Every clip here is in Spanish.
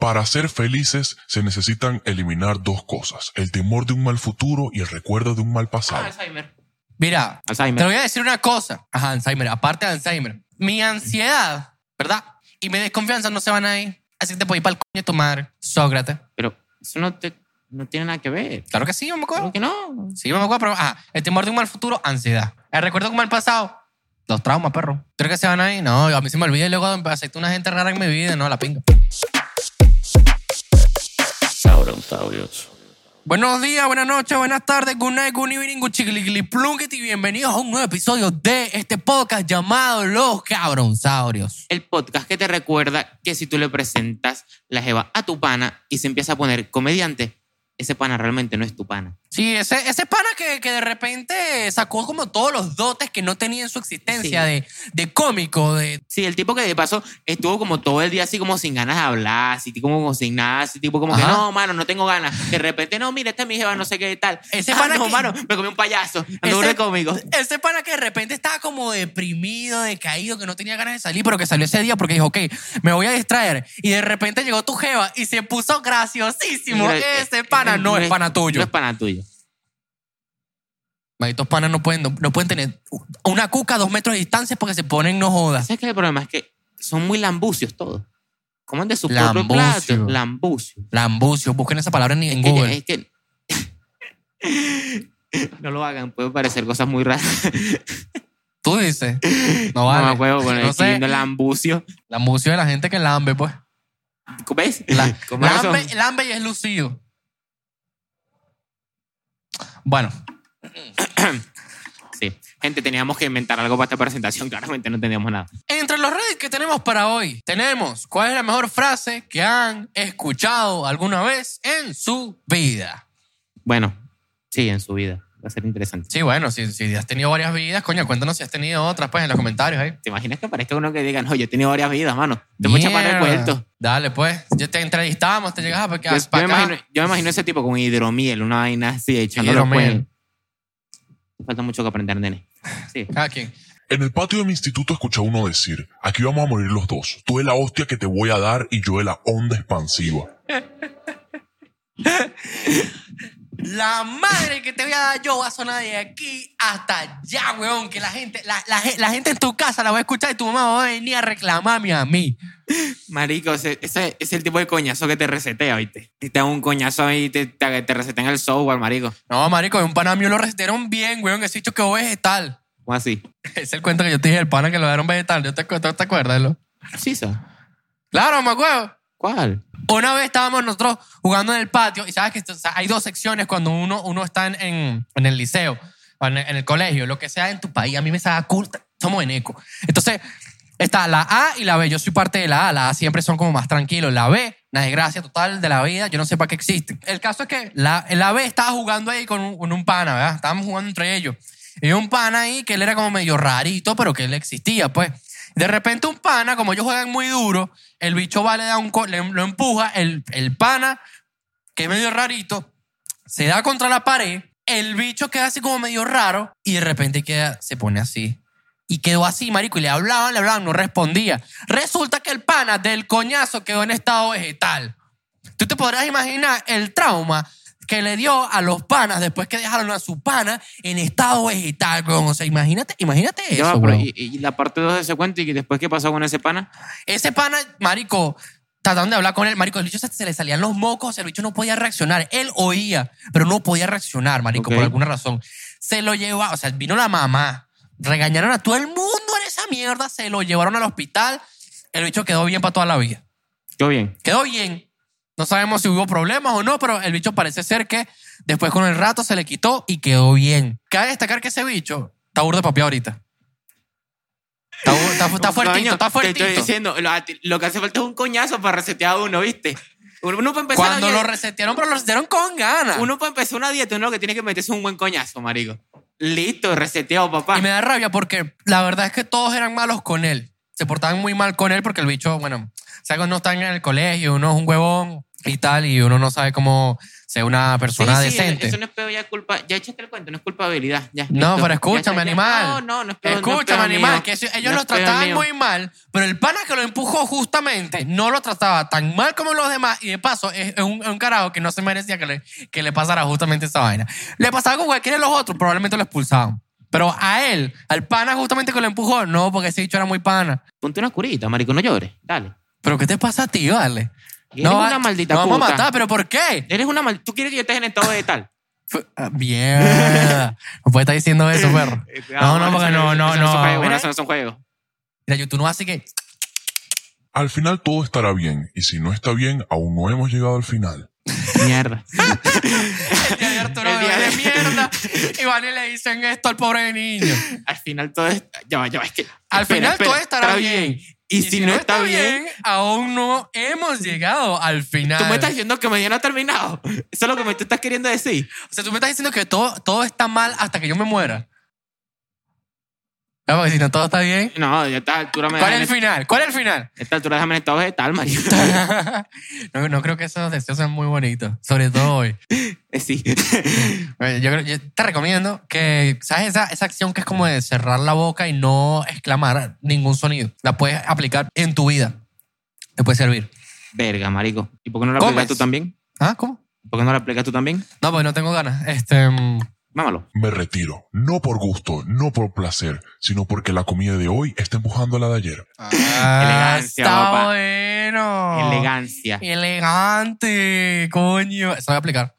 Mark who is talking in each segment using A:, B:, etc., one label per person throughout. A: Para ser felices se necesitan eliminar dos cosas, el temor de un mal futuro y el recuerdo de un mal pasado.
B: Ah, Alzheimer.
C: Mira, te
B: Alzheimer.
C: voy a decir una cosa. Ajá, Alzheimer. Aparte de Alzheimer. Mi ansiedad, ¿verdad? Y mi desconfianza no se van a ir. Así que te puedes ir para el coño a tomar Sócrates.
B: Pero eso no, te, no tiene nada que ver.
C: Claro que sí, yo me
B: Claro
C: acuerdo.
B: que no.
C: Sí, yo me acuerdo, pero ajá. El temor de un mal futuro, ansiedad. El recuerdo de un mal pasado, los traumas, perro. ¿Tú crees que se van a ir? No, a mí se me olvida y luego acepto una gente rara en mi vida. No, la pinga. Buenos días, buenas noches, buenas tardes, good night, good evening, good chiquiligli, plunket y bienvenidos a un nuevo episodio de este podcast llamado Los Cabronsaurios.
B: El podcast que te recuerda que si tú le presentas la jeva a tu pana y se empieza a poner comediante, ese pana realmente no es tu pana.
C: Sí, ese, ese pana que, que de repente sacó como todos los dotes que no tenía en su existencia
B: Sí.
C: de, de cómico, de...
B: Sí, el tipo que de paso estuvo como todo el día así como sin ganas de hablar, así como sin nada, así tipo como
C: Ajá.
B: que no, mano, no tengo ganas. De repente, no, mira, esta es mi jeva, no sé qué tal.
C: Ese
B: Ah,
C: pana
B: no,
C: que-
B: mano, me comí un payaso. Anduve
C: ese-
B: de cómico.
C: Ese pana que de repente estaba como deprimido, decaído, que no tenía ganas de salir, pero que salió ese día porque dijo, ok, me voy a distraer. Y de repente llegó tu jeva y se puso graciosísimo.
B: Mira, eh,
C: ese pana no es pana tuyo.
B: No es pana tuyo.
C: Malditos panas no pueden, no, no pueden tener una cuca a dos metros de distancia porque se ponen no jodas.
B: ¿Sabes qué? El problema es que son muy lambucios todos. Comen de su propio
C: Lambucio.
B: plato. Lambucio.
C: Lambucio, busquen esa palabra en, en
B: Es que- eh,
C: Google.
B: es que. No lo hagan, puede parecer cosas muy raras.
C: Tú dices. No vale.
B: No me acuerdo con
C: No
B: el
C: sé.
B: lindo lambucio.
C: Lambucio de la gente que lambe, pues.
B: ¿Ves?
C: La-
B: Con razón.
C: lambe, lambe y es lucido. Bueno,
B: Sí. Gente, teníamos que inventar algo para esta presentación. Claramente no teníamos nada.
C: entre los redes que tenemos para hoy, tenemos cuál es la mejor frase que han escuchado alguna vez en su vida.
B: Bueno, sí, en su vida. Va a ser interesante.
C: Sí, bueno, si, si has tenido varias vidas, coño, cuéntanos si has tenido otras, pues en los comentarios ahí.
B: ¿Te imaginas que aparezca uno que diga, no, yo he tenido varias vidas, mano? Te voy a chapar el
C: Mierda.
B: cuento.
C: Dale, pues. Yo te entrevistamos, te llegas a porque
B: Yo, yo me
C: para acá.
B: imagino, yo me imagino ese tipo con hidromiel, una vaina así, echando los
C: Hidromiel.
B: cuentos. Falta mucho que aprender, nene. Sí.
C: Cada quien.
A: En el patio de mi instituto escuché a uno decir, aquí vamos a morir los dos, tú de la hostia que te voy a dar y yo de la onda expansiva.
C: La madre que te voy a dar yo va a sonar de aquí hasta allá, weón. Que la gente, la, la ge- la gente en tu casa la va a escuchar y tu mamá va a venir a reclamarme a mí.
B: Marico, ese, ese es el tipo de coñazo que te resetea, ¿viste? Te dan un coñazo ahí y te, te, te resetean el software, marico.
C: No, marico, un pana mío lo recetaron bien, weón. Ese dicho que vos vegetal.
B: ¿Cómo así?
C: Es el cuento que yo te dije, el pana que lo dieron vegetal. Yo te, acu- ¿tú te acuerdas, lo?
B: Sí, sa.
C: Claro, me acuerdo.
B: ¿Cuál?
C: Una vez estábamos nosotros jugando en el patio y sabes que esto- o sea, hay dos secciones cuando uno, uno está en, en- en el liceo, o en, en el colegio, lo que sea en tu país. A mí me estaba culta, somos en eco. Entonces, está la A y la B. Yo soy parte de la A. La A siempre son como más tranquilos. La B, la desgracia total de la vida. Yo no sé para qué existe. El caso es que la, la B estaba jugando ahí con un, con un pana, ¿verdad? Estábamos jugando entre ellos. Y un pana ahí que él era como medio rarito, pero que él existía, pues. De repente un pana, como ellos juegan muy duro, el bicho va, le da un co- le- lo empuja, el, el pana, que es medio rarito, se da contra la pared, el bicho queda así como medio raro y de repente queda, se pone así. Y quedó así, marico, y le hablaban, le hablaban, no respondía. Resulta que el pana del coñazo quedó en estado vegetal. Tú te podrás imaginar el trauma que le dio a los panas después que dejaron a su pana en estado vegetal, weón. O sea, imagínate, imagínate eso,
B: Ya va, pero
C: weón.
B: y, y la parte 2 de ese cuento y después qué pasó con ese pana.
C: Ese pana, marico, tratando de hablar con él, marico, el bicho se, se le salían los mocos, el bicho no podía reaccionar. Él oía, pero no podía reaccionar, marico,
B: Ok.
C: por alguna razón. Se lo lleva, o sea, vino la mamá, regañaron a todo el mundo en esa mierda, se lo llevaron al hospital, el bicho quedó bien para toda la vida.
B: Yo bien.
C: Quedó bien. No sabemos si hubo problemas o no, pero el bicho parece ser que después con el rato se le quitó y quedó bien. Cabe destacar que ese bicho está burda de papi ahorita. Está, bu- está, fu- está
B: Coño,
C: fuertito, está
B: Te estoy
C: fuertito.
B: diciendo, lo, a ti- lo que hace falta es un coñazo para resetear a uno, ¿viste? Uno, uno para empezar
C: Cuando
B: una
C: lo
B: dieta,
C: resetearon, pero lo resetearon con ganas.
B: uno para empezar una dieta, uno lo que tiene que meterse es un buen coñazo, marico. Listo, reseteado, papá.
C: Y me da rabia porque la verdad es que todos eran malos con él. Se portaban muy mal con él porque el bicho, bueno, o sea, cuando no están en el colegio, uno es un huevón, y tal, y uno no sabe cómo ser una persona
B: Sí, sí,
C: decente.
B: Eso no es peor, ya culpa. Ya echaste el cuento, no es culpabilidad. Ya,
C: No,
B: listo.
C: pero escúchame,
B: Ya está, ya-
C: animal.
B: No, no, no es peor, no es
C: Escúchame,
B: peor
C: animal,
B: mío.
C: que eso-
B: No
C: ellos
B: es
C: lo
B: peor
C: trataban
B: mío.
C: muy mal, pero el pana que lo empujó justamente no lo trataba tan mal como los demás y de paso es es un, es un carajo que no se merecía que le, que le pasara justamente esa vaina. Le pasaba con cualquiera de los otros, probablemente lo expulsaban. Pero a él, al pana justamente que lo empujó, no, porque ese dicho era muy pana.
B: Ponte una curita, marico, no llores. Dale.
C: ¿Pero qué te pasa a ti, vale?
B: Eres una maldita
C: no vamos a
B: puta.
C: matar, ¿pero por qué?
B: Eres una mal. ¿Tú quieres que yo estés en estado de tal?
C: F- ah, Bien. No puede estar diciendo eso, perro.
B: Eh,
C: No, no,
B: eso
C: porque ah, no, no,
B: eso son
C: no.
B: juegos, ¿eh?
C: Mira,
B: eso no son juegos.
C: Mira, yo- tú no haces que...
A: Al final todo estará bien, y si no está bien, aún no hemos llegado al final.
B: Mierda.
C: El día de Arturo
B: El
C: Bebé
B: día
C: de
B: de-
C: mierda. Y van y le dicen esto al pobre niño.
B: Al final todo es. Ya va, ya va. Es que,
C: Al
B: espera,
C: final
B: espera,
C: todo estará
B: está
C: bien.
B: Y, si, no, está bien,
C: aún no hemos llegado al final.
B: tú me estás diciendo que mañana ha terminado. Eso es lo que me tú estás queriendo decir.
C: O sea, tú me estás diciendo que todo, todo está mal hasta que yo me muera. Claro, porque si no todo está bien.
B: No, ya a esta altura me
C: ¿Cuál es
B: dejan
C: el
B: en-
C: final? ¿Cuál es el final?
B: a esta altura déjame en estado de tal, marico.
C: no, no creo que esos deseos sean muy bonitos, sobre todo hoy.
B: Eh, Sí.
C: Eh, Yo, creo- yo te recomiendo que, ¿sabes? Esa, esa acción que es como de cerrar la boca y no exclamar ningún sonido. La puedes aplicar en tu vida. Te puede servir.
B: Verga, marico. ¿Y por qué no la
C: Comes.
B: aplicas tú también?
C: ¿Ah? ¿Cómo?
B: ¿Por qué no la aplicas tú también?
C: No, pues no tengo ganas. Este, mm,
B: Mámalo.
A: Me retiro, no por gusto, no por placer, sino porque la comida de hoy está empujando a la de ayer.
C: ah,
B: Elegancia,
C: está
B: papá.
C: bueno.
B: Elegancia.
C: Elegante, coño. Eso voy a aplicar.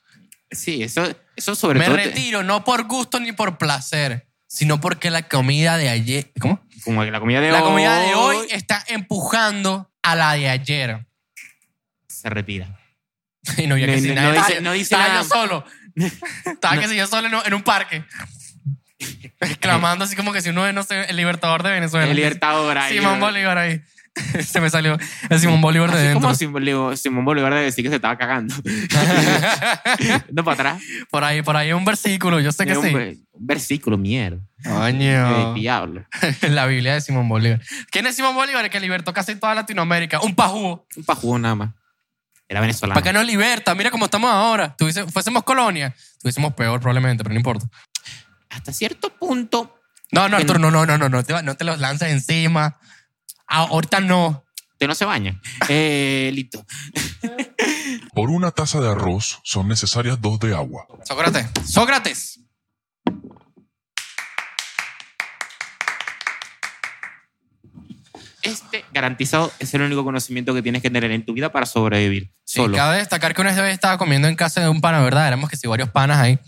B: Sí, eso, eso sobre
C: Me
B: todo. te-
C: retiro, no por gusto ni por placer, sino porque la comida de ayer... ¿Cómo?
B: como que la comida de
C: La
B: hoy.
C: comida de hoy está empujando a la de ayer.
B: Se retira.
C: Y no había
B: No,
C: que
B: no,
C: decir
B: no
C: nada.
B: dice-
C: Estaba-
B: no dice
C: estaba
B: nada.
C: yo solo. Estaba
B: No.
C: que sé yo solo en, un- en un parque. Exclamando así como que si uno es, no sé, el libertador de Venezuela.
B: El libertador ahí.
C: Simón Bolívar ahí. Se me salió el Simón Bolívar de
B: Así
C: dentro.
B: como Simón Bolívar- Simón Bolívar de decir que se estaba cagando. no para atrás.
C: por ahí, por ahí un versículo, yo sé que
B: Es un,
C: sí.
B: ver- un versículo, mierda.
C: Coño.
B: Eh, diablo.
C: La Biblia de Simón Bolívar. ¿Quién es Simón Bolívar? El que libertó casi toda Latinoamérica. Un pajúo.
B: Un pajugo nada más. Era venezolano.
C: ¿Para qué nos liberta? Mira cómo estamos ahora. Tuviese- fuésemos colonia, tuviésemos peor probablemente, pero no importa.
B: Hasta cierto punto,
C: No, no,
B: Que
C: Arturo, no, no, no, no, no te, va- no te los lanzas encima. Ah, Ahorita no.
B: usted no se baña. Eh, listo.
A: Por una taza de arroz son necesarias dos de agua.
C: Sócrates. Sócrates.
B: Este garantizado es el único conocimiento que tienes que tener en tu vida para sobrevivir. Solo.
C: Sí, cabe destacar que una vez estaba comiendo en casa de un pana, ¿verdad? Éramos que sí, varios panas ahí.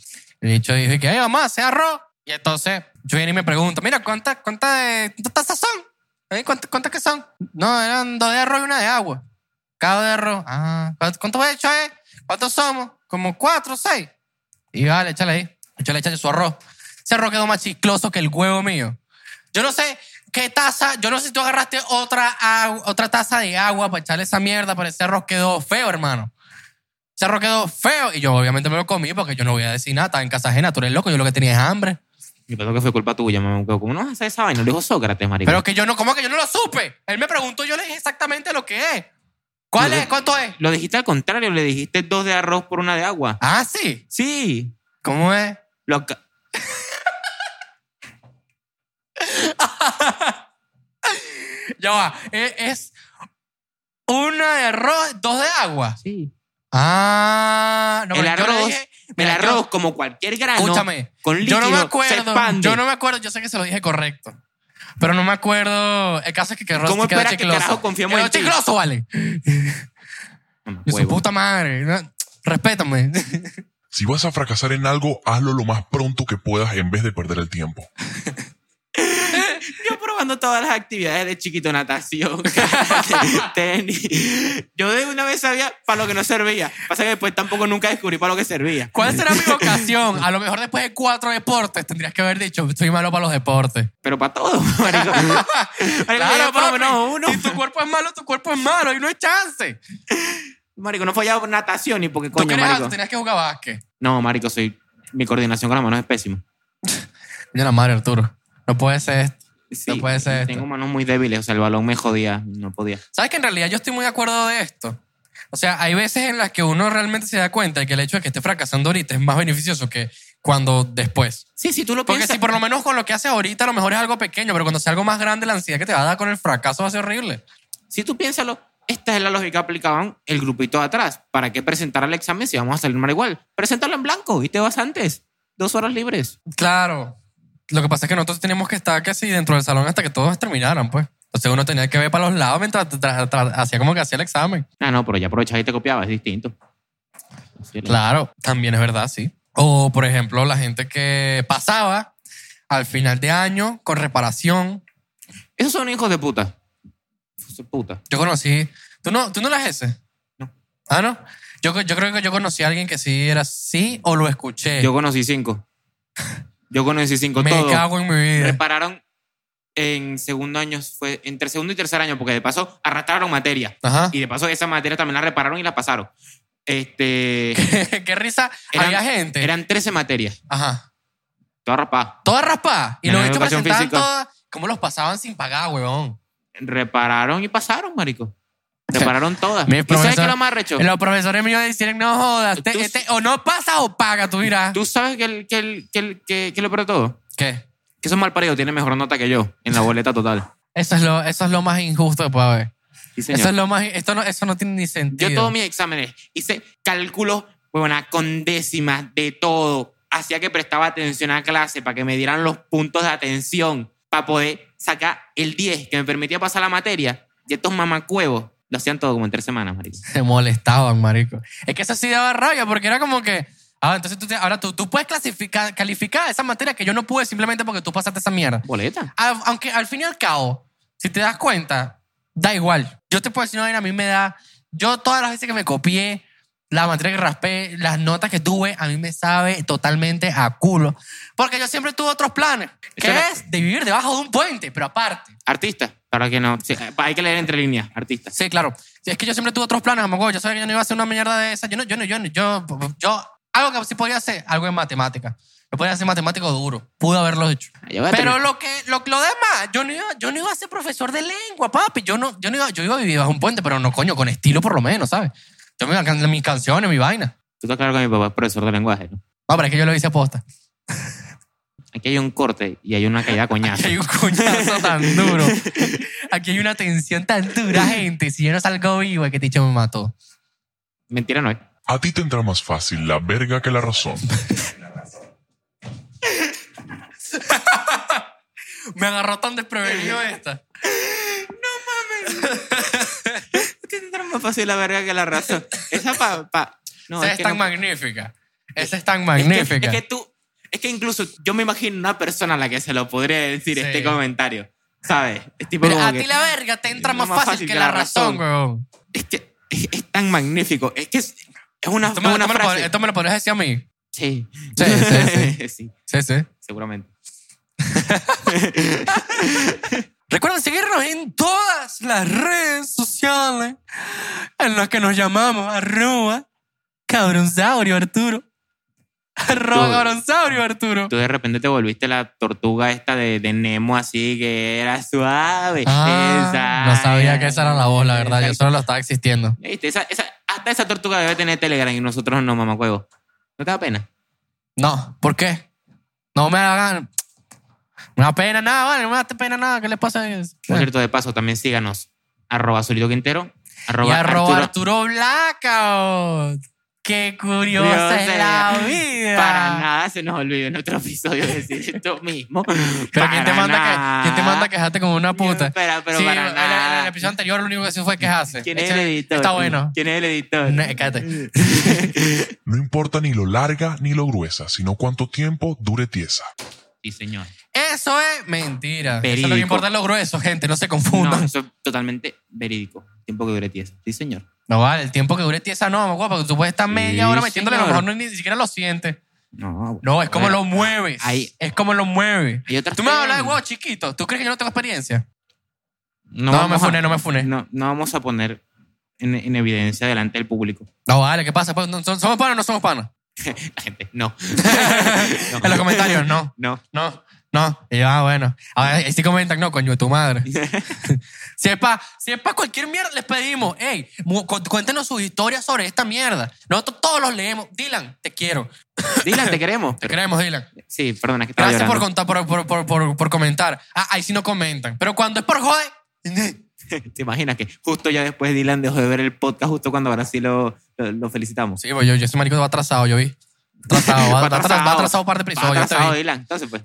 C: El dicho dije que, ay, mamá, hace arroz. Y entonces yo viene y me pregunto, mira, ¿cuántas cuántas de- cuántas tazas son? ¿Eh? ¿Cuántas, ¿Cuántas que son? No, eran dos de arroz y una de agua. Cada de arroz. Ah, ¿cuánto- ¿cuántos hechos es? ¿Cuántos somos? Como cuatro, seis. Y vale, échale ahí. Échale, échale su arroz. Ese arroz quedó más chicloso que el huevo mío. Yo no sé qué taza, yo no sé si tú agarraste otra, agu- otra taza de agua para echarle esa mierda, pero ese arroz quedó feo, hermano. Ese arroz quedó feo. Y yo obviamente me lo comí porque yo no voy a decir nada, estaba en casa ajena, tú eres loco, yo lo que tenía es hambre.
B: Me pasó que fue culpa tuya, mamá. ¿Cómo no vas a hacer esa vaina? Lo dijo Sócrates, marico.
C: Pero que yo no, ¿cómo que yo no lo supe? Él me preguntó, yo le dije exactamente lo que es. ¿Cuál
B: Yo-
C: es? ¿Cuánto es?
B: Lo dijiste al contrario, le dijiste dos de arroz por una de agua.
C: Ah, sí.
B: Sí.
C: ¿Cómo es?
B: Lo ca-
C: Ya va. e- Es una de arroz, dos de agua.
B: Sí.
C: Ah, no,
B: El
C: pero yo le
B: arroz, ah,
C: dije-
B: El
C: mira, yo-
B: arroz, como cualquier grano,
C: Escúchame.
B: con líquido,
C: Yo no me
B: se
C: acuerdo.
B: expande.
C: Yo no me acuerdo. Yo sé que se lo dije correcto. Pero no me acuerdo. El caso es que quedó
B: ¿Cómo
C: quedó
B: esperas que
C: chicloso.
B: carajo confiemos
C: Quedó
B: en ti?
C: chicloso, vale.
B: Mamá,
C: Y su
B: huevo.
C: puta madre. ¿no? Respétame.
A: Si vas a fracasar en algo, hazlo lo más pronto que puedas en vez de perder el tiempo.
B: Yo probando todas las actividades de chiquito, natación, tenis. Yo de una vez sabía para lo que no servía. Pasa que después tampoco nunca descubrí para lo que servía.
C: ¿Cuál será mi vocación? A lo mejor después de cuatro deportes tendrías que haber dicho, estoy malo para los deportes.
B: Pero para todo, marico. Marico, yo por lo
C: papi.
B: menos uno.
C: Si tu cuerpo es malo, tu cuerpo es malo y no hay chance.
B: Marico, no fallaba natación ni porque
C: Tú
B: coño,
C: que eres alto,
B: marico.
C: tenías que jugar básquet.
B: No, marico, soy... Mi coordinación con las manos es pésima.
C: Coño, la madre, Arturo. No puede ser esto.
B: Sí,
C: No puede ser esto.
B: Tengo manos muy débiles, o sea, el balón me jodía, no podía.
C: ¿Sabes que en realidad yo estoy muy de acuerdo de esto? O sea, hay veces en las que uno realmente se da cuenta de que el hecho de que esté fracasando ahorita es más beneficioso que cuando después.
B: Sí, sí, tú lo
C: Porque
B: piensas.
C: si por lo menos con lo que haces ahorita a lo mejor es algo pequeño, pero cuando sea algo más grande la ansiedad que te va a dar con el fracaso va a ser horrible.
B: Si tú piénsalo, esta es la lógica que aplicaban el grupito de atrás. ¿Para qué presentar al examen si vamos a salir mal igual? Preséntalo en blanco y te vas antes. Dos horas libres.
C: Claro. Lo que pasa es que nosotros teníamos que estar casi dentro del salón hasta que todos terminaran, pues. Entonces uno tenía que ver para los lados mientras tra- tra- hacía como que hacía el examen.
B: Ah, no, pero ya aprovechas y te copiabas, es distinto. Sí,
C: Claro, también es verdad, sí. O, por ejemplo, la gente que pasaba al final de año con reparación.
B: Esos son hijos de puta. Hijos de puta.
C: Yo conocí... ¿Tú no, ¿tú no eras ese?
B: No.
C: Ah, ¿no? Yo, yo creo que yo conocí a alguien que sí era así o lo escuché.
B: Yo conocí cinco. Yo conocí cinco
C: Me
B: todos.
C: cago en mi vida.
B: Repararon en segundo año, fue entre segundo y tercer año, porque de paso arrastraron materia.
C: Ajá.
B: Y de paso esa materia también la repararon y la pasaron. Este,
C: Qué risa.
B: Eran-
C: Había gente.
B: eran 13 materias,
C: Ajá.
B: toda raspada.
C: Todas raspadas. Y
B: En
C: los
B: la
C: hechos
B: educación
C: presentaban
B: física.
C: todas. ¿Cómo los pasaban sin pagar, huevón?
B: Repararon y pasaron, marico. Repararon todas.
C: Mi
B: ¿Y sabes qué
C: profesor-
B: es lo más recho?
C: Los profesores míos decían, no jodas, te-
B: Tú-
C: este, o no pasa o paga, tú dirás.
B: ¿Tú sabes que, el, que, el, que, el, que, que lo peor de todo?
C: ¿Qué?
B: Que esos malparidos tienen mejor nota que yo en la boleta total.
C: Eso es lo, eso es lo más injusto que puede haber.
B: Sí, señor.
C: Eso es lo más, esto no, eso no tiene ni sentido.
B: Yo todos mis exámenes hice cálculos, huevona, con décimas de todo. Hacía que prestaba atención a clase para que me dieran los puntos de atención para poder sacar el 10 que me permitía pasar la materia. Y estos mamacuevos lo hacían todo como en tres semanas, Maris.
C: Se molestaban, marico. Es que eso sí daba rabia porque era como que, ah, entonces tú, te- ahora tú, tú puedes clasificar, calificar esa materia que yo no pude simplemente porque tú pasaste esa mierda.
B: Boleta.
C: A- aunque al fin y al cabo, si te das cuenta, da igual. Yo te puedo decir, no, a mí me da. Yo todas las veces que me copié, la materia que raspé, las notas que tuve, a mí me sabe totalmente a culo. Porque yo siempre tuve otros planes, que
B: Eso no-
C: es de vivir debajo de un puente, pero aparte.
B: Artista, para que no. sí, hay que leer entre líneas, artista.
C: Sí, claro. Sí, Es que yo siempre tuve otros planes, amigo. Yo sabía que yo no iba a hacer una mierda de esa. Yo no, yo no, yo no, yo, yo, algo que sí podía hacer, algo en matemática. Yo podía ser matemático duro. Pude haberlo hecho.
B: Ya Ah, voy a
C: Pero
B: terminar.
C: lo que lo, lo demás, yo no, iba, yo no iba a ser profesor de lengua, papi. Yo no, yo no iba, yo iba a vivir bajo un puente, pero no, coño, con estilo por lo menos, ¿sabes? Yo me iba a cantar mis canciones, mi vaina.
B: Tú estás claro que mi papá es profesor de lenguaje, ¿no?
C: No, pero es que yo lo hice aposta.
B: Aquí hay un corte y hay una caída
C: Aquí
B: coñazo.
C: hay un coñazo tan duro. Aquí hay una tensión tan dura, gente. Si yo no salgo vivo, es que este dicho me mató.
B: Mentira no es.
A: A ti te entra más fácil la verga que la razón.
C: Me agarró tan desprevenido esta.
B: más fácil la verga que la razón. Esa pa. pa- no,
C: Esa
B: es
C: es,
B: que
C: tan
B: no-
C: magnífica. Esa es tan
B: Es que-
C: magnífica.
B: Es que, tú, es que incluso yo me imagino una persona a la que se lo podría decir
C: Sí.
B: este comentario, ¿sabes? Es tipo
C: Pero
B: como
C: a
B: que-
C: ti la verga te entra más, fácil, que, la razón, weón.
B: es que es, es tan magnífico, es que es, es una,
C: Esto
B: es
C: me,
B: una
C: esto me lo, pod-
B: frase.
C: esto me lo podrías decir a mí.
B: Sí.
C: eh, Sí, sí,
B: Sí,
C: Sí, sí.
B: seguramente.
C: Recuerden seguirnos en todas las redes sociales en las que nos llamamos arroba cabronzaurio Arturo. Arroba
B: Tú-
C: cabronzaurio Arturo.
B: Tú de repente te volviste la tortuga esta de, de Nemo así que era suave.
C: Ah,
B: Esa-
C: no sabía que esa era la voz, la verdad. Yo solo lo estaba existiendo.
B: ¿Viste? Esa- esa- hasta esa tortuga debe tener Telegram y nosotros no, mamacuevo. ¿No te da pena?
C: No, ¿por qué? No me hagan... Me da pena nada, vale, no me da pena nada. ¿Qué le pasa a ellos?
B: Por cierto, de paso, también síganos. Arroba Solito Quintero.
C: Y
B: Arroba,
C: arroba
B: Arturo
C: Arturo Blackout. Qué curiosa es la vida.
B: Para nada se nos olvidó en otro episodio decir esto mismo.
C: Pero ¿quién te,
B: Para
C: manda que,
B: nada.
C: ¿quién te manda a quejarte como una puta?
B: Pero, pero
C: sí,
B: para
C: en,
B: nada.
C: en el episodio anterior lo único que hizo fue quejarse.
B: ¿Quién es
C: Ese-
B: el editor?
C: Está bueno.
B: ¿Quién es el editor?
C: No, cállate.
A: No importa ni lo larga ni lo gruesa, sino cuánto tiempo dure tiesa.
B: Sí, señor.
C: Eso es mentira. Eso es lo
B: Verídico.
C: que importa es lo grueso, gente. No se
B: No,
C: confundan. No,
B: eso es totalmente verídico. Tiempo que dure tieso. Sí, señor.
C: vale. El tiempo que dure tiesa no, me porque tú puedes estar media
B: Sí,
C: hora metiéndole, a lo
B: señor.
C: mejor no, ni siquiera lo sientes.
B: No,
C: No, es como
B: Bueno, ah,
C: lo mueves.
B: hay-
C: es como lo mueves.
B: hay otras
C: Tú me vas a hablar de
B: técnicas.
C: huevos chiquitos. ¿Tú crees que yo no tengo experiencia?
B: No,
C: No, me
B: vamos a-
C: funé, no me funé. No.
B: No, no vamos a poner en, en evidencia delante del público.
C: vale. ¿Qué pasa? Pues, no- ¿Somos panos o no somos panos?
B: La gente, no.
C: En los comentarios, no.
B: No.
C: No. No, y yo, ah, bueno. Ahora ahí sí comentan, no, coño, tu madre. si, es pa, si es pa cualquier mierda, les pedimos, hey, mu- cu- cuéntenos sus historias sobre esta mierda. Nosotros todos los leemos. Dylan, te quiero.
B: Dylan, te queremos.
C: Te queremos, Dylan.
B: Sí, perdona, que estaba
C: Gracias por,
B: llorando.
C: contar, por, por, por, por- por comentar. Ah, ahí sí no comentan. Pero cuando es por joder,
B: ¿Te imaginas que justo ya después Dylan dejó de ver el podcast justo cuando ahora sí lo, lo, lo felicitamos?
C: Sí, pues yo, yo ese marico va atrasado, yo vi. Atrasado, va, va atrasado, va atrasado par de
B: Va
C: episodios.
B: atrasado,
C: yo te
B: Dylan. Entonces, pues,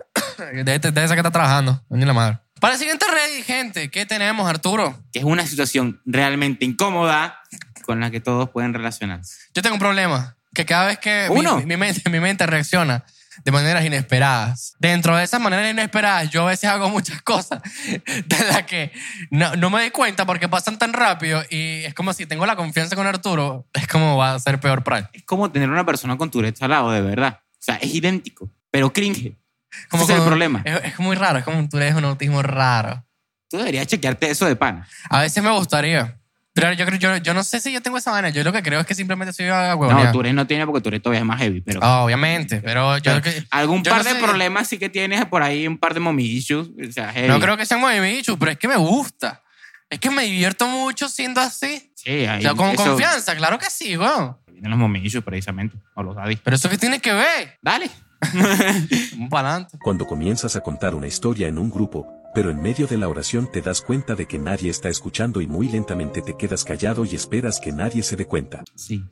C: vi. Debe, debe ser que está trabajando, ni la madre. Para el siguiente rey, gente, ¿qué tenemos, Arturo?
B: que es una situación realmente incómoda con la que todos pueden relacionarse.
C: Yo tengo un problema, que cada vez que mi-
B: Uno.
C: Mi, mi mente, mi mente reacciona de maneras inesperadas. Dentro de esas maneras inesperadas, yo a veces hago muchas cosas de las que no, no me doy cuenta porque pasan tan rápido y es como si tengo la confianza con Arturo, es como va a ser peor para él.
B: Es como tener una persona con Tourette al lado, de verdad. O sea, es idéntico, pero cringe.
C: Como
B: Ese es el
C: cuando-
B: problema.
C: Es, es muy raro, es como un, tú eres un autismo raro.
B: Tú deberías chequearte eso de pana.
C: A veces me gustaría. Pero yo, creo, yo, yo no sé si yo tengo esa vaina. Yo lo que creo es que simplemente soy a
B: No,
C: huevonía.
B: Tourette no tiene porque Tourette todavía es más heavy, pero...
C: Obviamente, pero Ah, yo creo que...
B: Algún
C: yo
B: par
C: no
B: de
C: sé.
B: problemas sí que tienes por ahí, un par de mommy issues. O sea, heavy.
C: No creo que sean muy bichos, pero es que me gusta. Es que me divierto mucho siendo así.
B: Sí, ahí,
C: O sea, con
B: eso-
C: confianza, claro que sí, weón.
B: Vienen los mommy issues precisamente, o los daddy.
C: Pero eso que tiene que ver.
B: Dale.
C: Vamos para adelante.
D: Cuando comienzas a contar una historia en un grupo, pero en medio de la oración te das cuenta de que nadie está escuchando y muy lentamente te quedas callado y esperas que nadie se dé cuenta.
B: Sí.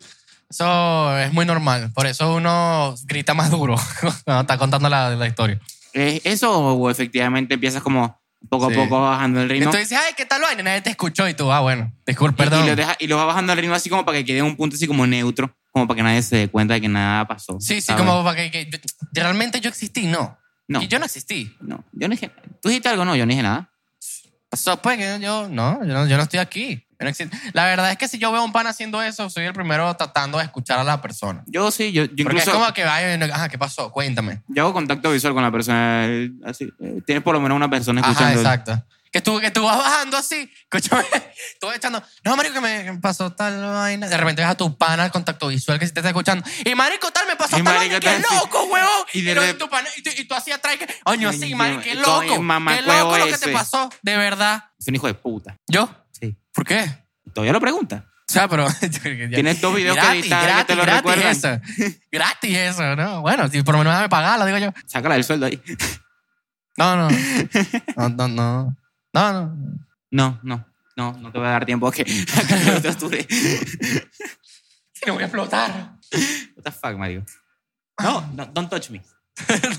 C: Eso es muy normal. Por eso uno grita más duro cuando está contando la, la historia.
B: ¿Es Eh, eso o efectivamente empiezas como poco a
C: Sí.
B: poco bajando el ritmo?
C: Entonces dices, ay, ¿qué tal vaina? Nadie te escuchó y tú, ah, bueno, disculpa,
B: Y-
C: perdón.
B: Y, lo deja- y lo vas bajando el ritmo así como para que quede en un punto así como neutro, como para que nadie se dé cuenta de que nada pasó.
C: Sí, sí,
B: ¿sabes?
C: como para que, que- yo- realmente yo existí, no.
B: Ah, No,
C: Y yo no existí.
B: no, yo no dije... ¿Tú dijiste algo? No, yo no dije nada.
C: Pasó pues que yo no, yo no, yo no estoy aquí. Yo no existo. La verdad es que si yo veo a un pan haciendo eso, soy el primero tratando de escuchar a la persona.
B: Yo sí, yo, yo
C: Porque
B: incluso...
C: es como que vaya, y no- ajá, ¿qué pasó? Cuéntame.
B: Yo hago contacto visual con la persona, eh, así. eh, Tienes por lo menos una persona
C: Ajá,
B: escuchando.
C: exacto. Que tú, que tú vas bajando así, escúchame, tú vas echando, no, marico, que me que me pasó tal vaina. De repente ves a tu pana al contacto visual que sí te está escuchando. Y marico, tal, me pasó
B: Y
C: tal
B: marico,
C: vaina, qué
B: tal, sí.
C: loco, huevón.
B: Y
C: Y,
B: de
C: lo-
B: rep-
C: y tu pana, y, tú, y tú así atrás, que, oño, sí,
B: Coño,
C: marico, qué
B: coño,
C: loco, qué
B: mamacuevo
C: loco lo que
B: ese.
C: te pasó, de verdad.
B: Es un hijo de puta.
C: ¿Yo?
B: Sí.
C: ¿Por qué?
B: Todavía lo pregunta.
C: O sea, pero. yo creo que ya-
B: Tienes dos videos que editar que te lo
C: gratis eso. gratis eso, ¿no? Bueno, si por lo menos me pagar, lo digo yo.
B: Sácala del sueldo ahí.
C: No, no. No, no, no. No, no.
B: No, no, no, no te voy a dar tiempo a que a que lo torture.
C: Si no voy a explotar.
B: What the fuck, Mario. No, no, don't touch me.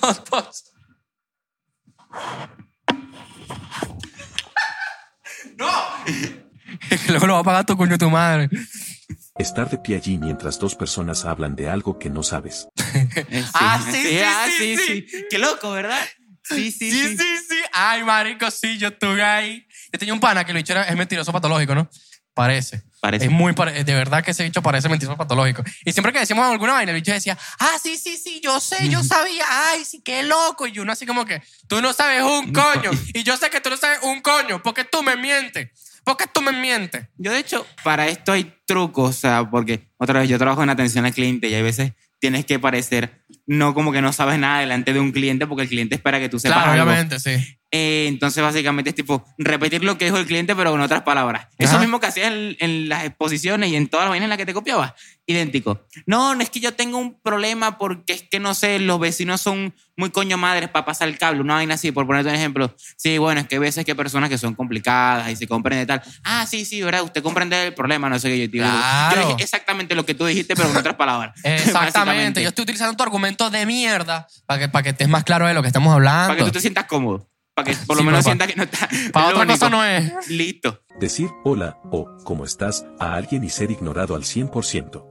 C: No, pues. ¡No! Es que luego lo va a pagar tu coño tu madre.
D: Estar de pie allí mientras dos personas hablan de algo que no sabes.
B: Eh, sí.
C: Ah, sí, sí,
B: ah,
C: sí,
B: Qué loco, ¿verdad? Sí, sí, sí.
C: Sí, sí, sí. Ay, marico, sí, yo estuve ahí. Yo tenía un pana que lo dicho era, es mentiroso patológico, ¿no? Parece.
B: Parece.
C: Es muy pare- de verdad que ese bicho parece mentiroso patológico. Y siempre que decíamos alguna vaina, el bicho decía, ah, sí, sí, sí, yo sé, yo sabía, ay, sí, qué loco. Y uno así como que, tú no sabes un coño. Y yo sé que tú no sabes un coño, porque tú me mientes. Porque tú me mientes.
B: Yo, de hecho, para esto hay trucos, o sea, porque otra vez yo trabajo en atención al cliente y hay veces tienes que parecer no como que no sabes nada delante de un cliente porque el cliente espera que tú sepas
C: Claro,
B: algo.
C: obviamente, sí.
B: Eh, entonces, básicamente es tipo repetir lo que dijo el cliente, pero con otras palabras. Eso
C: Ajá.
B: mismo que hacías en, en las exposiciones y en todas las vainas en las que te copiabas. Idéntico. No, no es que yo tengo un problema porque es que no sé, los vecinos son muy coño madres para pasar el cable. Una vaina así, por ponerte un ejemplo. Sí, bueno, es que hay veces que hay personas que son complicadas y se comprende tal. Ah, sí, sí, ¿verdad? Usted comprende el problema, no sé qué yo te digo.
C: Claro.
B: Yo dije exactamente lo que tú dijiste, pero con otras palabras.
C: Exactamente.
B: Básicamente.
C: Yo estoy utilizando tu argumento de mierda para que, para que estés más claro de lo que estamos hablando.
B: Para que tú te sientas cómodo. Para que por lo
C: Sí,
B: menos
C: papá.
B: sientas que no estás.
C: Para
B: lo
C: otra cosa
B: único.
C: no es.
B: Listo.
D: Decir hola o cómo estás a alguien y ser ignorado al 100%.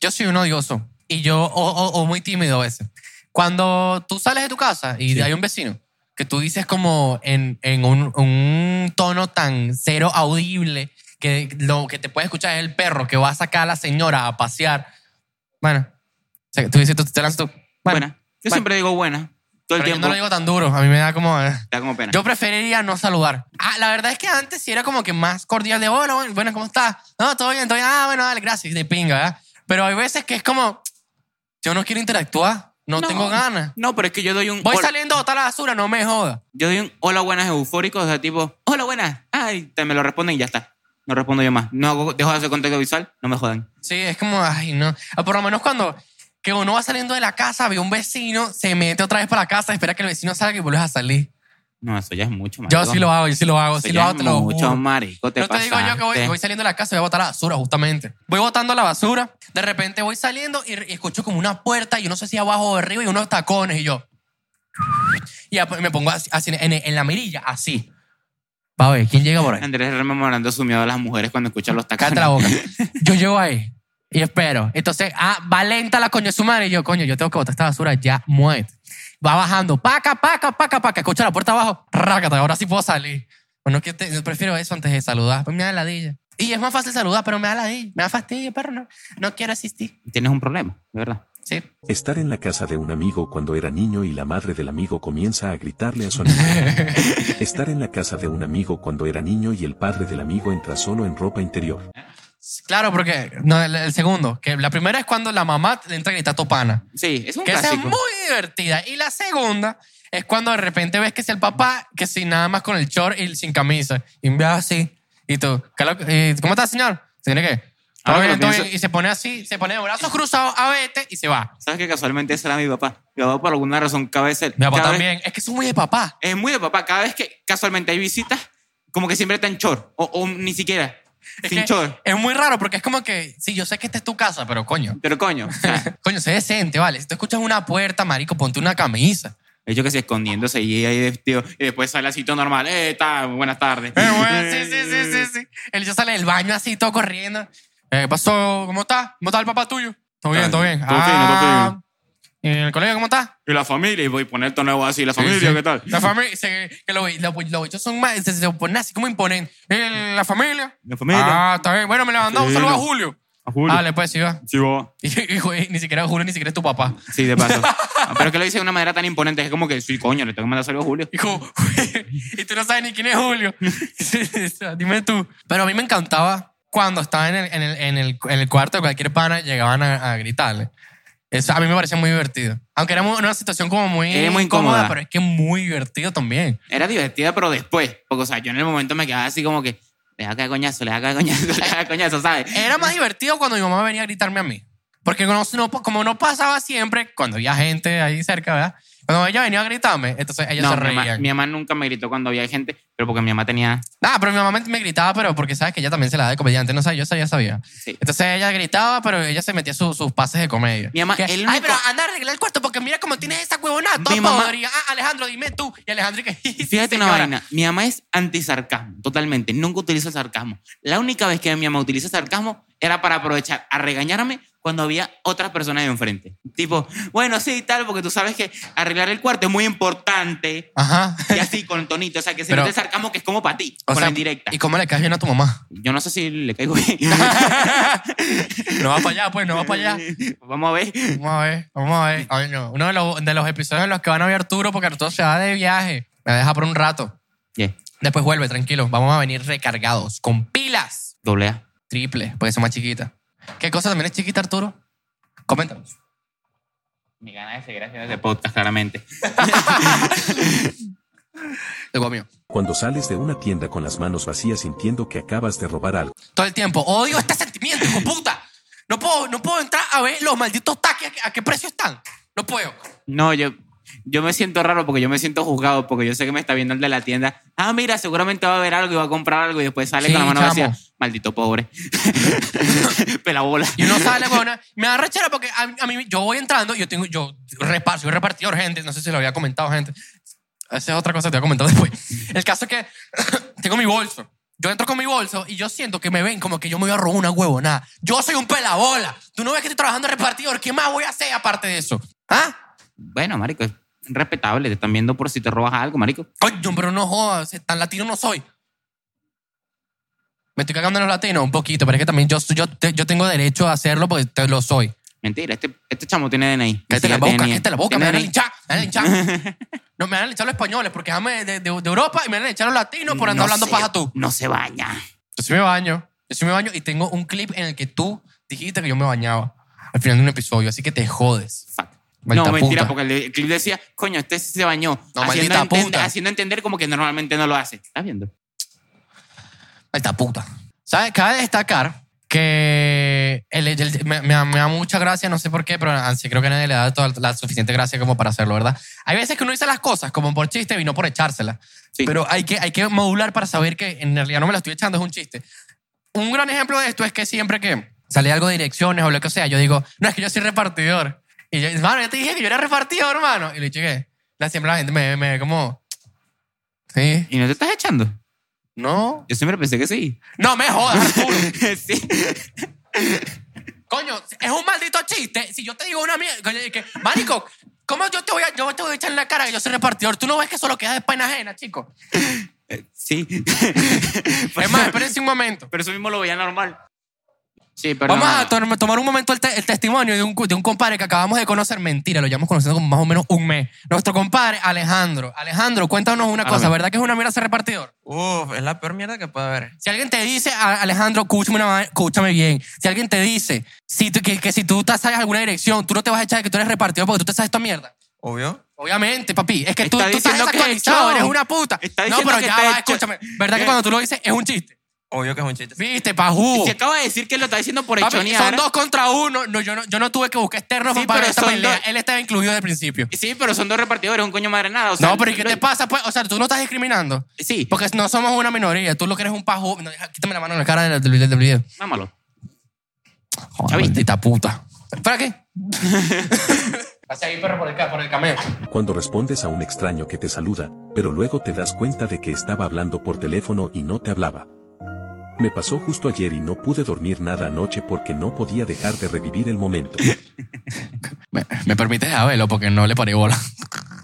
C: Yo soy un odioso y yo, o, o- o muy tímido a veces. Cuando tú sales de tu casa y hay un vecino que tú dices como en, en un, un tono tan cero audible que lo que te puede escuchar es el perro que va a sacar a la señora a pasear. Bueno, o sea, tú dices, tú te lanzas tú. Bueno,
B: Buena. Yo
C: bueno.
B: siempre digo buena. Todo el
C: pero yo
B: tiempo.
C: no lo digo tan duro, a mí me da como... eh.
B: Da como pena.
C: Yo preferiría no saludar. Ah, la verdad es que antes sí era como que más cordial de hola, bueno, bueno, ¿cómo estás? No, todo bien, todo bien. Ah, bueno, dale, gracias, de pinga, ¿verdad? Pero hay veces que es como, yo no quiero interactuar. No, tengo ganas.
B: No, pero es que yo doy un.
C: Voy
B: hola-
C: saliendo a botar la basura, no me jodas.
B: Yo doy un hola buenas eufórico, o sea, tipo, hola buenas. Ay, te me lo responden y ya está. No respondo yo más. No hago, dejo de hacer contacto visual, no me jodan.
C: Sí, es como, ay, no. Ah, Por lo menos cuando que uno va saliendo de la casa, ve un vecino, se mete otra vez para la casa, espera que el vecino salga y vuelves a salir.
B: No, eso ya es mucho más.
C: Yo sí lo hago, yo sí lo hago,
B: Eso
C: sí
B: ya
C: lo hago,
B: es
C: te lo
B: mucho
C: juro.
B: marico, te
C: No te digo yo que voy,
B: pasaste.
C: voy saliendo de la casa y voy a botar la basura, justamente. Voy botando la basura, de repente voy saliendo y, y escucho como una puerta, y yo no sé si abajo o arriba, y unos tacones, y yo. Y ap- me pongo así, así en, en la mirilla, así. Va a ver, ¿quién llega por ahí?
B: Andrés rememorando su miedo a las mujeres cuando escucha los tacones.
C: Cállate la boca. Yo llego ahí y espero. Entonces, ah, va lenta la coño de su madre. Y yo, coño, yo tengo que botar esta basura ya, muerte. Va bajando, paca, paca, paca, paca. Escucha la puerta abajo, rácata, ahora sí puedo salir. Bueno, que te- yo prefiero eso antes de saludar. Pues me da ladilla. Y es más fácil saludar, pero me da ladilla. Me da fastidio, pero no, no quiero asistir.
B: Tienes un problema, de verdad.
C: Sí.
D: Estar en la casa de un amigo cuando era niño y la madre del amigo comienza a gritarle a su amigo. Estar en la casa de un amigo cuando era niño y el padre del amigo entra solo en ropa interior.
C: Claro, porque no, el, el segundo, que la primera es cuando la mamá le entra a gritar a tu pana.
B: Sí, es un
C: que esa es
B: clásico.
C: muy divertida. Y la segunda es cuando de repente ves que es el papá, que sin nada más con el short y sin camisa. Y un viaje así. Y tú, ¿qué lo- eh, ¿cómo estás, señor? ¿Tiene que? ¿Todo
B: Ahora que
C: bien,
B: Ah, lo
C: todo
B: pienso-
C: bien. Y se pone así, se pone de brazos cruzados a vete y se va.
B: ¿Sabes que casualmente ese era mi papá? Mi papá por alguna razón cada vez...
C: Mi papá
B: cada vez-
C: también. Es que son muy de papá.
B: Es muy de papá. Cada vez que casualmente hay visitas, como que siempre está en chor. O, o ni siquiera.
C: Es
B: sin
C: que
B: chor.
C: Es muy raro porque es como que, sí, yo sé que esta es tu casa, pero coño.
B: Pero coño, o sea,
C: Coño, sé decente, vale. Si tú escuchas una puerta, marico, ponte una camisa.
B: ellos que se escondiéndose y ahí vestido. Y después sale así todo normal. Eh, está, buenas tardes.
C: Eh, bueno, sí, sí, sí, sí, sí. Él ya sale del baño así, todo corriendo. Eh, ¿Qué pasó? ¿Cómo está? ¿Cómo está el papá tuyo? Todo bien,
B: Ah,
C: todo bien. Ah.
B: todo fino, todo fino.
C: ¿Y el colega cómo está?
B: Y la familia, y voy a poner tono nuevo así. La familia,
C: Sí, sí.
B: ¿qué tal?
C: La familia, se- que lo- lo- los bichos son más, se, se ponen así como imponentes. Eh, la familia.
B: La familia.
C: Ah, está bien. Bueno, me le mandó un
B: Sí,
C: saludo a
B: no.
C: Julio.
B: A Julio.
C: Dale, pues, sí, va.
B: Sí, vos.
C: Y, y, güey, ni siquiera Julio, ni siquiera es tu papá.
B: Sí, de paso. Ah, Pero es que lo dice de una manera tan imponente. Es como que, sí, coño, le tengo que mandar saludos a Julio.
C: Y como, y tú no sabes ni quién es Julio. O sea, Dime tú. Pero a mí me encantaba cuando estaba en el, en el, en el, en el cuarto de cualquier pana, llegaban a, a gritarle. Eso a mí me parecía muy divertido. Aunque era muy- una situación como muy,
B: Era muy incómoda.
C: pero es que muy divertido también.
B: Era divertida, pero después. Porque, o sea, yo en el momento me quedaba así como que, le da caer coñazo, le da caer coñazo, le da caer coñazo, ¿sabes?
C: Era más divertido cuando mi mamá venía a gritarme a mí. Porque no- no- como no pasaba siempre, cuando había gente ahí cerca, ¿verdad? Cuando ella venía a gritarme, entonces ella
B: No,
C: se
B: mi, mamá,
C: reía.
B: mi mamá nunca me gritó cuando había gente, pero porque mi mamá tenía.
C: Ah, pero mi mamá me- me gritaba, pero porque sabes que ella también se la da de comediante. No sabía, yo sabía, sabía.
B: Sí.
C: Entonces ella gritaba, pero ella se metía su- sus pases de comedia.
B: Mi mamá,
C: Que,
B: el
C: Ay,
B: único-
C: pero anda a arreglar el cuarto porque mira cómo tienes esa huevonada. Todo
B: Mi mamá-
C: podría. Ah, Alejandro, dime tú. Y Alejandro, que. sí,
B: Fíjate una
C: señora.
B: vaina. Mi mamá es antisarcasmo, totalmente. Nunca utiliza el sarcasmo. La única vez que mi mamá utiliza sarcasmo era para aprovechar a regañarme cuando había otras personas de enfrente. Tipo, bueno, sí, tal, porque tú sabes que arreglar el cuarto es muy importante.
C: Ajá.
B: Y así, con tonito. O sea, que se
C: Pero-
B: nota el sarcasmo que es como para ti,
C: O
B: con
C: sea,
B: la indirecta.
C: ¿Y cómo le caes bien a tu mamá?
B: Yo no sé si le caigo bien.
C: No vas para allá, pues, no vas para allá.
B: Vamos a ver.
C: Vamos a ver, vamos a ver. Ay, no. Uno de los, de los episodios en los que van a ver Arturo, porque Arturo se va de viaje. Me deja por un rato.
B: Yeah,
C: Después vuelve, tranquilo. Vamos a venir recargados, con pilas.
B: doble A.
C: Triple, porque son más chiquitas. ¿Qué cosa también es chiquita, Arturo? Coméntanos.
B: Mi gana de seguir haciendo este podcast, claramente.
C: Digo mío.
D: Cuando sales de una tienda con las manos vacías sintiendo que acabas de robar algo.
C: Todo el tiempo. Odio este sentimiento, hijo puta. No puedo, no puedo entrar a ver los malditos taques a qué, a qué precio están. No puedo.
B: No, yo, yo me siento raro porque yo me siento juzgado porque yo sé que me está viendo el de la tienda. Ah, mira, seguramente va a ver algo y va a comprar algo y después sale
C: Sí,
B: con la mano
C: chamo.
B: vacía. Maldito pobre. Pelabola.
C: Y uno sale, weona. Me da rechera porque a, a mí, yo voy entrando y yo tengo, yo reparto, soy repartidor, gente. No sé si lo había comentado, gente. Esa es otra cosa que te voy a comentar después. El caso es que tengo mi bolso. Yo entro con mi bolso y yo siento que me ven como que yo me voy a robar una huevonada. Yo soy un pelabola. Tú no ves que estoy trabajando de repartidor. ¿Qué más voy a hacer aparte de eso? ¿Ah?
B: Bueno, marico, es respetable. Te están viendo por si te robas algo, marico.
C: Coño, pero no jodas, tan latino no soy. Me estoy cagando en los latinos un poquito, pero es que también yo, yo, te- yo tengo derecho a hacerlo porque te- lo soy.
B: Mentira, este, este chamo tiene DNI.
C: Cállate
B: Sí,
C: la boca,
B: DNI.
C: cállate la boca,
B: Tiene
C: me van a
B: DNI.
C: linchar, me van a linchar. No, me van a linchar los españoles porque déjame de, de- de Europa y me van a linchar los latinos por andar
B: No
C: hablando
B: se-
C: paja tú.
B: No se baña.
C: Yo sí me baño, yo sí me baño y tengo un clip en el que tú dijiste que yo me bañaba al final de un episodio, así que te jodes.
B: Fuck.
C: Maldita
B: no, mentira,
C: puta.
B: porque el, el clip decía, coño, este sí se bañó.
C: No,
B: haciendo,
C: maldita
B: enten-
C: puta.
B: haciendo entender como que normalmente no lo hace. ¿Estás viendo?
C: Esta puta. ¿Sabes? Cabe destacar que el- el- me, me da- me da mucha gracia, no sé por qué, pero ah, sí, creo que nadie le da toda la suficiente gracia como para hacerlo, ¿verdad? Hay veces que uno dice las cosas como por chiste y no por echárselas.
B: Sí.
C: Pero hay que, hay que modular para saber que en realidad no me la estoy echando, es un chiste. Un gran ejemplo de esto es que siempre que sale algo de direcciones o lo que sea, yo digo, no, es que yo soy repartidor. Y yo, hermano, yo te dije que yo era repartidor, hermano. Y le dije, la siempre la gente me, me ve como, sí,
B: ¿Y no te estás echando?
C: no,
B: Yo siempre pensé que sí.
C: no me jodas, Arturo.
B: sí.
C: Coño, es un maldito chiste. Si yo te digo una mierda, coño, que, marico, ¿cómo yo te voy a, yo te voy a echar en la cara que yo soy repartidor? Tú no ves que eso lo queda de pena ajena, chico.
B: Sí.
C: Es más, espérense un momento.
B: Pero eso mismo lo veía normal. Sí, pero.
C: Vamos a to- tomar un momento el, te- el testimonio de un, cu- de un compadre que acabamos de conocer. Mentira, lo llevamos conociendo como más o menos un mes. Nuestro compadre, Alejandro. Alejandro, cuéntanos una
E: Háblame.
C: cosa. ¿Verdad que es una mierda ser repartidor?
E: Uf, es la peor mierda que puede haber.
C: Si alguien te dice, "A- Alejandro, escúchame, una va- escúchame bien. Si alguien te dice si tú- que, que si tú te sabes alguna dirección, tú no te vas a echar de que tú eres repartidor porque tú te sabes esta mierda.
E: Obvio.
C: Obviamente, papi. Es que tú,
B: Está
C: tú estás
B: diciendo que
C: desactualizado,
B: está
C: eres
B: hecho.
C: una puta.
B: Está
C: no,
B: diciendo
C: pero
B: que
C: ya
B: está
C: va,
B: hecho.
C: escúchame. ¿Verdad que
B: ¿Qué?
C: cuando tú lo dices es un chiste?
E: Obvio que es un chiste.
C: ¿Viste, pajú?
B: Si acaba de decir que lo está diciendo por
C: Papi,
B: hechonear.
C: son dos contra uno. No, yo, no, yo no tuve que buscar externos
B: Sí,
C: para
B: pero
C: esta
B: son
C: pelea.
B: dos.
C: Él estaba incluido desde el principio.
B: Sí, pero son dos repartidores, un coño madre nada. o sea,
C: no, pero ¿y qué
B: lo-
C: te pasa? Pues? O sea, tú no estás discriminando.
B: Sí,
C: Porque no somos una minoría. Tú lo que eres un pajú. No, deja- quítame la mano en la cara del, del, del video.
B: mámalo.
C: Joder,
B: ¿Ya viste?
C: maldita puta. ¿Para qué? Pase ahí, perro, por el, ca- por el cameo.
D: Cuando respondes a un extraño que te saluda, pero luego te das cuenta de que estaba hablando por teléfono y no te hablaba. Me pasó justo ayer y no pude dormir nada anoche porque no podía dejar de revivir el momento.
C: Me, me permites a verlo porque no le paré bola.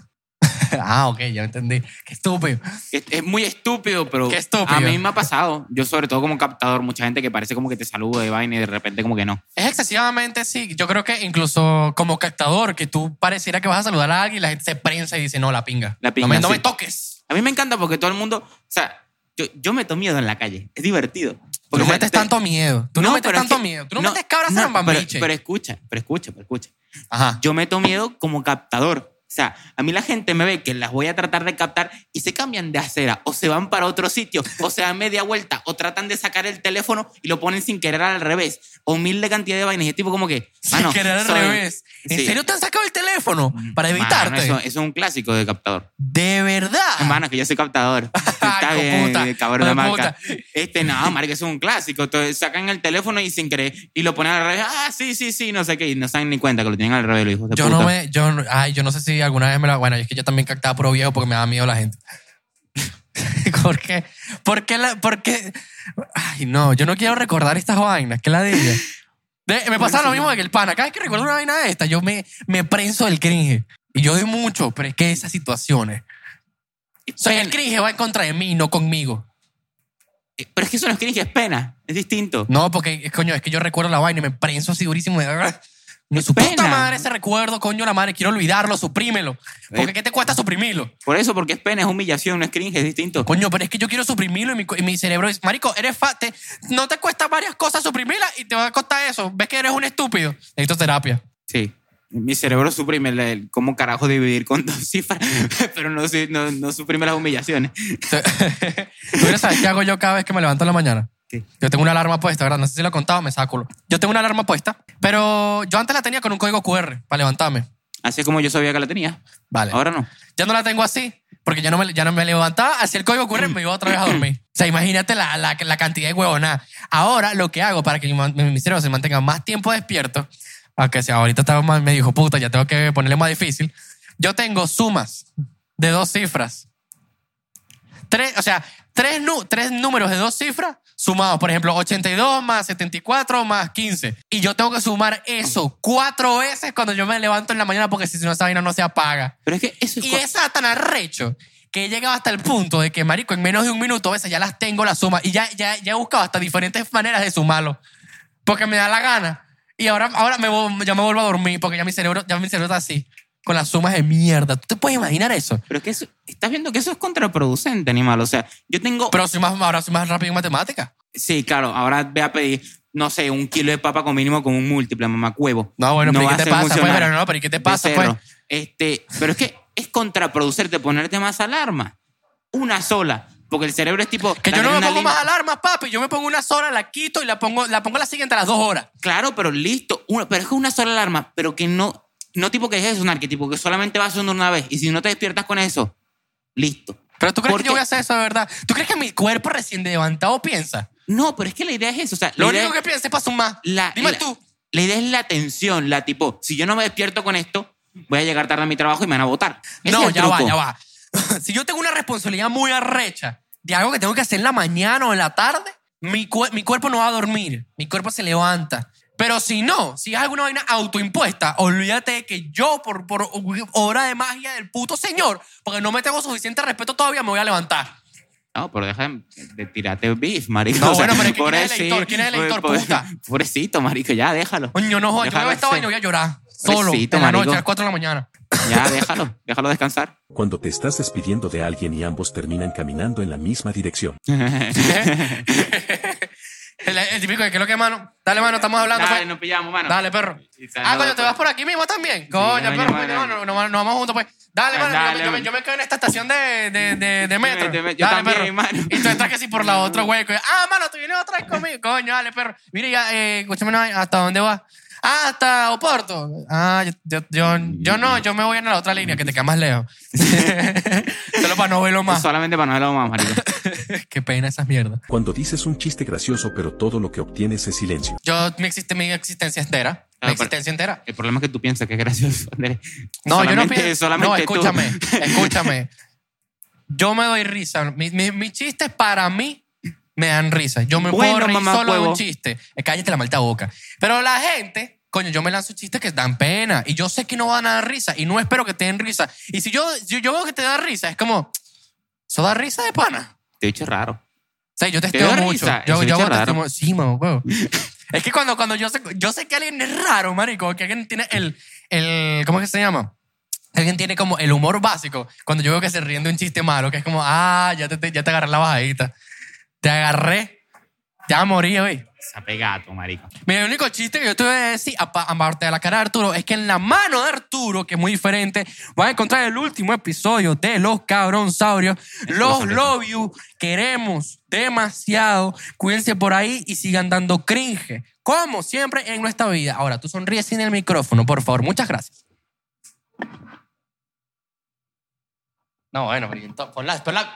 C: ah, ok, ya entendí. Qué estúpido.
B: Es, es muy estúpido, pero.
C: Qué estúpido.
B: A mí me ha pasado. Yo, sobre todo como captador, mucha gente que parece como que te saluda de vaina y de repente como que no.
C: Es excesivamente, sí. Yo creo que incluso como captador, que tú pareciera que vas a saludar a alguien y la gente se prensa y dice, no, la pinga.
B: La pinga,
C: no me, no
B: sí.
C: me toques.
B: A mí me encanta porque todo el mundo. O sea, yo, yo meto miedo en la calle. Es divertido.
C: Tú
B: Porque,
C: no
B: o sea,
C: metes
B: te-
C: tanto miedo. Tú no, metes
B: pero es
C: tanto
B: que-
C: miedo. Tú no, metes cabras
B: no,
C: en bambiche.
B: Pero, pero escucha, pero escucha, pero escucha.
C: Ajá.
B: Yo meto miedo como captador. O sea, a mí la gente me ve que las voy a tratar de captar y se cambian de acera o se van para otro sitio o se dan media vuelta o tratan de sacar el teléfono y lo ponen sin querer al revés o mil de cantidad de vainas. Y es tipo como que...
C: Sin
B: mano,
C: querer al
B: soy-
C: revés. ¿En
B: sí.
C: serio te han sacado el teléfono para evitarte?
B: Mano, eso, eso es un clásico de captador.
C: De verdad.
B: Hermano, que yo soy captador. Está
C: Ay, Ah, hijo
B: bien,
C: puta,
B: cabrón de
C: hijo de
B: marca. Este, no, marica, eso es un clásico. Entonces, sacan el teléfono y sin querer y lo ponen al revés. Ah, sí, sí, sí, no sé qué. Y no se dan ni cuenta que lo tienen al revés, los hijos de
C: Yo
B: puta.
C: no me, yo, no- ay, yo no sé si alguna vez me la, bueno, es que yo también captaba puro viejo porque me daba miedo la gente. ¿Por qué? ¿Por qué? La, por qué? Ay, no, yo no quiero recordar estas vainas, que la de Me pasa lo mismo que el pana. Cada vez que recuerdo una vaina de esta, yo me, me prenso del cringe. Y yo doy mucho, pero es que esas situaciones. Soy el cringe va en contra de mí, no conmigo.
B: Eh, Pero es que eso no es cringe, es pena. Es distinto.
C: No, porque es, coño, es que yo recuerdo la vaina y me prenso así durísimo. Me su puta
B: pena.
C: madre ese recuerdo, coño, la madre, quiero olvidarlo, suprímelo.
B: Eh.
C: Porque ¿qué te cuesta suprimirlo?
B: Por eso, porque es pena, es humillación, no es cringe, es distinto.
C: Coño, pero es que yo quiero suprimirlo y mi, y mi cerebro dice, marico, eres fat, te- no te cuesta varias cosas suprimirlas y te va a costar eso. Ves que eres un estúpido. Necesito terapia.
B: Sí. Mi cerebro suprime el, el cómo carajo dividir con dos cifras, pero no, sí, no, no suprime las humillaciones.
C: ¿Tú quieres saber qué hago yo cada vez que me levanto en la mañana?
B: ¿Qué?
C: Yo tengo una alarma puesta, ¿verdad? No sé si lo he contado, me saco. Yo tengo una alarma puesta, pero yo antes la tenía con un código QR para levantarme.
B: Así es como yo sabía que la tenía.
C: Vale.
B: Ahora no.
C: Ya no la tengo así, porque ya no me, ya no me levantaba, hacía el código QR y me iba otra vez a dormir. O sea, imagínate la, la- la cantidad de huevonada. Ahora lo que hago para que mi, man- mi, mi cerebro se mantenga más tiempo despierto, aunque sea ahorita estaba más, me dijo, puta, ya tengo que ponerle más difícil. Yo tengo sumas de dos cifras. Tres, o sea, tres, nu- tres números de dos cifras sumados. Por ejemplo, 82 más 74 más 15. Y yo tengo que sumar eso cuatro veces cuando yo me levanto en la mañana porque si no, esa vaina no se apaga.
B: Pero es que eso es.
C: Y
B: co-
C: esa tan arrecho que he llegado hasta el punto de que, marico, en menos de un minuto a veces ya las tengo las sumas y ya, ya, ya he buscado hasta diferentes maneras de sumarlo porque me da la gana. Y ahora, ahora me, vo- ya me vuelvo a dormir porque ya mi cerebro, ya mi cerebro está así, con las sumas de mierda. ¿Tú te puedes imaginar eso?
B: Pero es que eso, estás viendo que eso es contraproducente, animal. O sea, yo tengo.
C: Pero soy más, ahora soy más rápido en matemáticas.
B: sí, claro, ahora voy a pedir no sé, un kilo de papa con mínimo con un múltiple, mamacuevo.
C: No, bueno, pero
B: va
C: ¿y
B: a
C: qué te
B: ser
C: pasa? Pues,
B: funcional.
C: pero no, pero ¿y qué te pasa? Pues?
B: Becerro. Este, pero es que es contraproducente ponerte más alarmas. Una sola. Porque el cerebro es tipo.
C: Que
B: la
C: yo no me pongo
B: adrenalina.
C: más alarmas, papi. Yo me pongo una sola, la quito y la pongo la, pongo la siguiente a las dos horas.
B: Claro, pero listo. Una, pero es que una sola alarma, pero que no. No tipo que es eso, un arquetipo, que solamente va a sonar una vez. Y si no te despiertas con eso, listo.
C: Pero tú crees
B: Porque-
C: que yo voy a hacer eso de verdad. ¿Tú crees que mi cuerpo recién levantado piensa?
B: No, pero es que la idea es eso. O sea, la
C: Lo
B: idea
C: único que
B: es-
C: piensa es para sumar.
B: la-
C: Dime
B: la-
C: tú.
B: La idea es la atención, la tipo, si yo no me despierto con esto, voy a llegar tarde a mi trabajo y me van a votar. Ese es
C: No,
B: el
C: ya va,
B: truco.
C: ya va. si yo tengo una responsabilidad muy arrecha de algo que tengo que hacer en la mañana o en la tarde, mi, cue- mi cuerpo no va a dormir. Mi cuerpo se levanta. Pero si no, si es alguna vaina autoimpuesta, olvídate de que yo, por, por obra de magia del puto señor, porque no me tengo suficiente respeto todavía, me voy a levantar.
B: No, pero deja de, de tirarte beef, marico.
C: No,
B: O sea,
C: bueno, pero es que ¿quién es el
B: pobrecito,
C: editor? ¿Quién es el editor,
B: pobre-
C: puta?
B: Pobrecito, marico, ya déjalo.
C: Coño, no jodas, yo
B: Déjalo
C: veo esta
B: ser.
C: vaina y voy a llorar. Solo,
B: Pobrecito,
C: en la noche,
B: marico.
C: a las 4 de la mañana.
B: Ya déjalo, déjalo descansar.
D: Cuando te estás despidiendo de alguien y ambos terminan caminando en la misma dirección.
C: El, el típico de que lo que mano. Dale, mano, estamos hablando.
B: Dale,
C: pues.
B: nos pillamos, mano.
C: Dale, perro.
B: Y sale
C: Ah,
B: la
C: coño, te
B: otra.
C: vas por aquí mismo también.
B: Sí,
C: Coño,
B: coño,
C: perro,
B: madre.
C: coño, no, no, no, nos vamos juntos, pues. Dale, mano,
B: Dale,
C: yo, me- yo me,
B: mano.
C: yo me quedo en esta estación de, de, de, de metro.
B: de- de- yo
C: dale,
B: también,
C: perro.
B: mano.
C: Y tú estás que si por la otra hueco. Ah, mano, tú vienes otra vez conmigo. Coño, dale, perro. Mira, ya, eh, escúchame una vaina, ¿hasta dónde vas? Ah, hasta Oporto. Ah, yo, yo, yo, yo no, yo me voy en la otra línea que te queda más lejos. Solo para no verlo más.
B: Solamente para no hablar más, marico.
C: Qué pena esas mierdas.
D: Cuando dices un chiste gracioso pero todo lo que obtienes es silencio.
C: Yo, mi, existe, mi existencia entera.
B: Ah,
C: mi
B: pero-
C: existencia entera.
B: El problema es que tú piensas que es gracioso. Andrés.
C: No, yo no
B: Solamente-
C: pienso.
B: solamente
C: no,
B: tú.
C: escúchame, escúchame. Yo me doy risa. Mi- mi- Mis chistes para mí me dan risa. Yo me
B: Bueno,
C: puedo reír
B: mamá
C: solo de un
B: huevo.
C: chiste. Eh, Cállate la malta boca. Pero la gente, coño, yo me lanzo chistes que dan pena. Y yo sé que no van a dar risa. Y no espero que te den risa. Y si yo, yo, yo veo que te da risa, es como, ¿eso da risa de pana?
B: Te he dicho raro.
C: O sea, yo
B: Te
C: testeo
B: da
C: mucho.
B: risa,
C: Yo,
B: eso
C: yo
B: es
C: hago
B: raro.
C: testeo- Sí, mamá, huevo. es que cuando, cuando yo, sé, yo sé que alguien es raro, marico, que alguien tiene el, el... ¿Cómo es que se llama? Alguien tiene como el humor básico. Cuando yo veo que se ríen de un chiste malo, que es como, ah, ya te, te- ya te agarré la bajadita. Te agarré. Ya morí, hoy.
B: Sapegato, marico.
C: Mira, el único chiste que yo te voy a decir, apa- aparte de la cara de Arturo, es que en la mano de Arturo, que es muy diferente, van a encontrar el último episodio de Los Cabronsaurios. Los love you, queremos demasiado. Cuídense por ahí y sigan dando cringe, como siempre en nuestra vida. Ahora, tú sonríes sin el micrófono, por favor. Muchas gracias. No, bueno, pero entonces, ponla, ponla,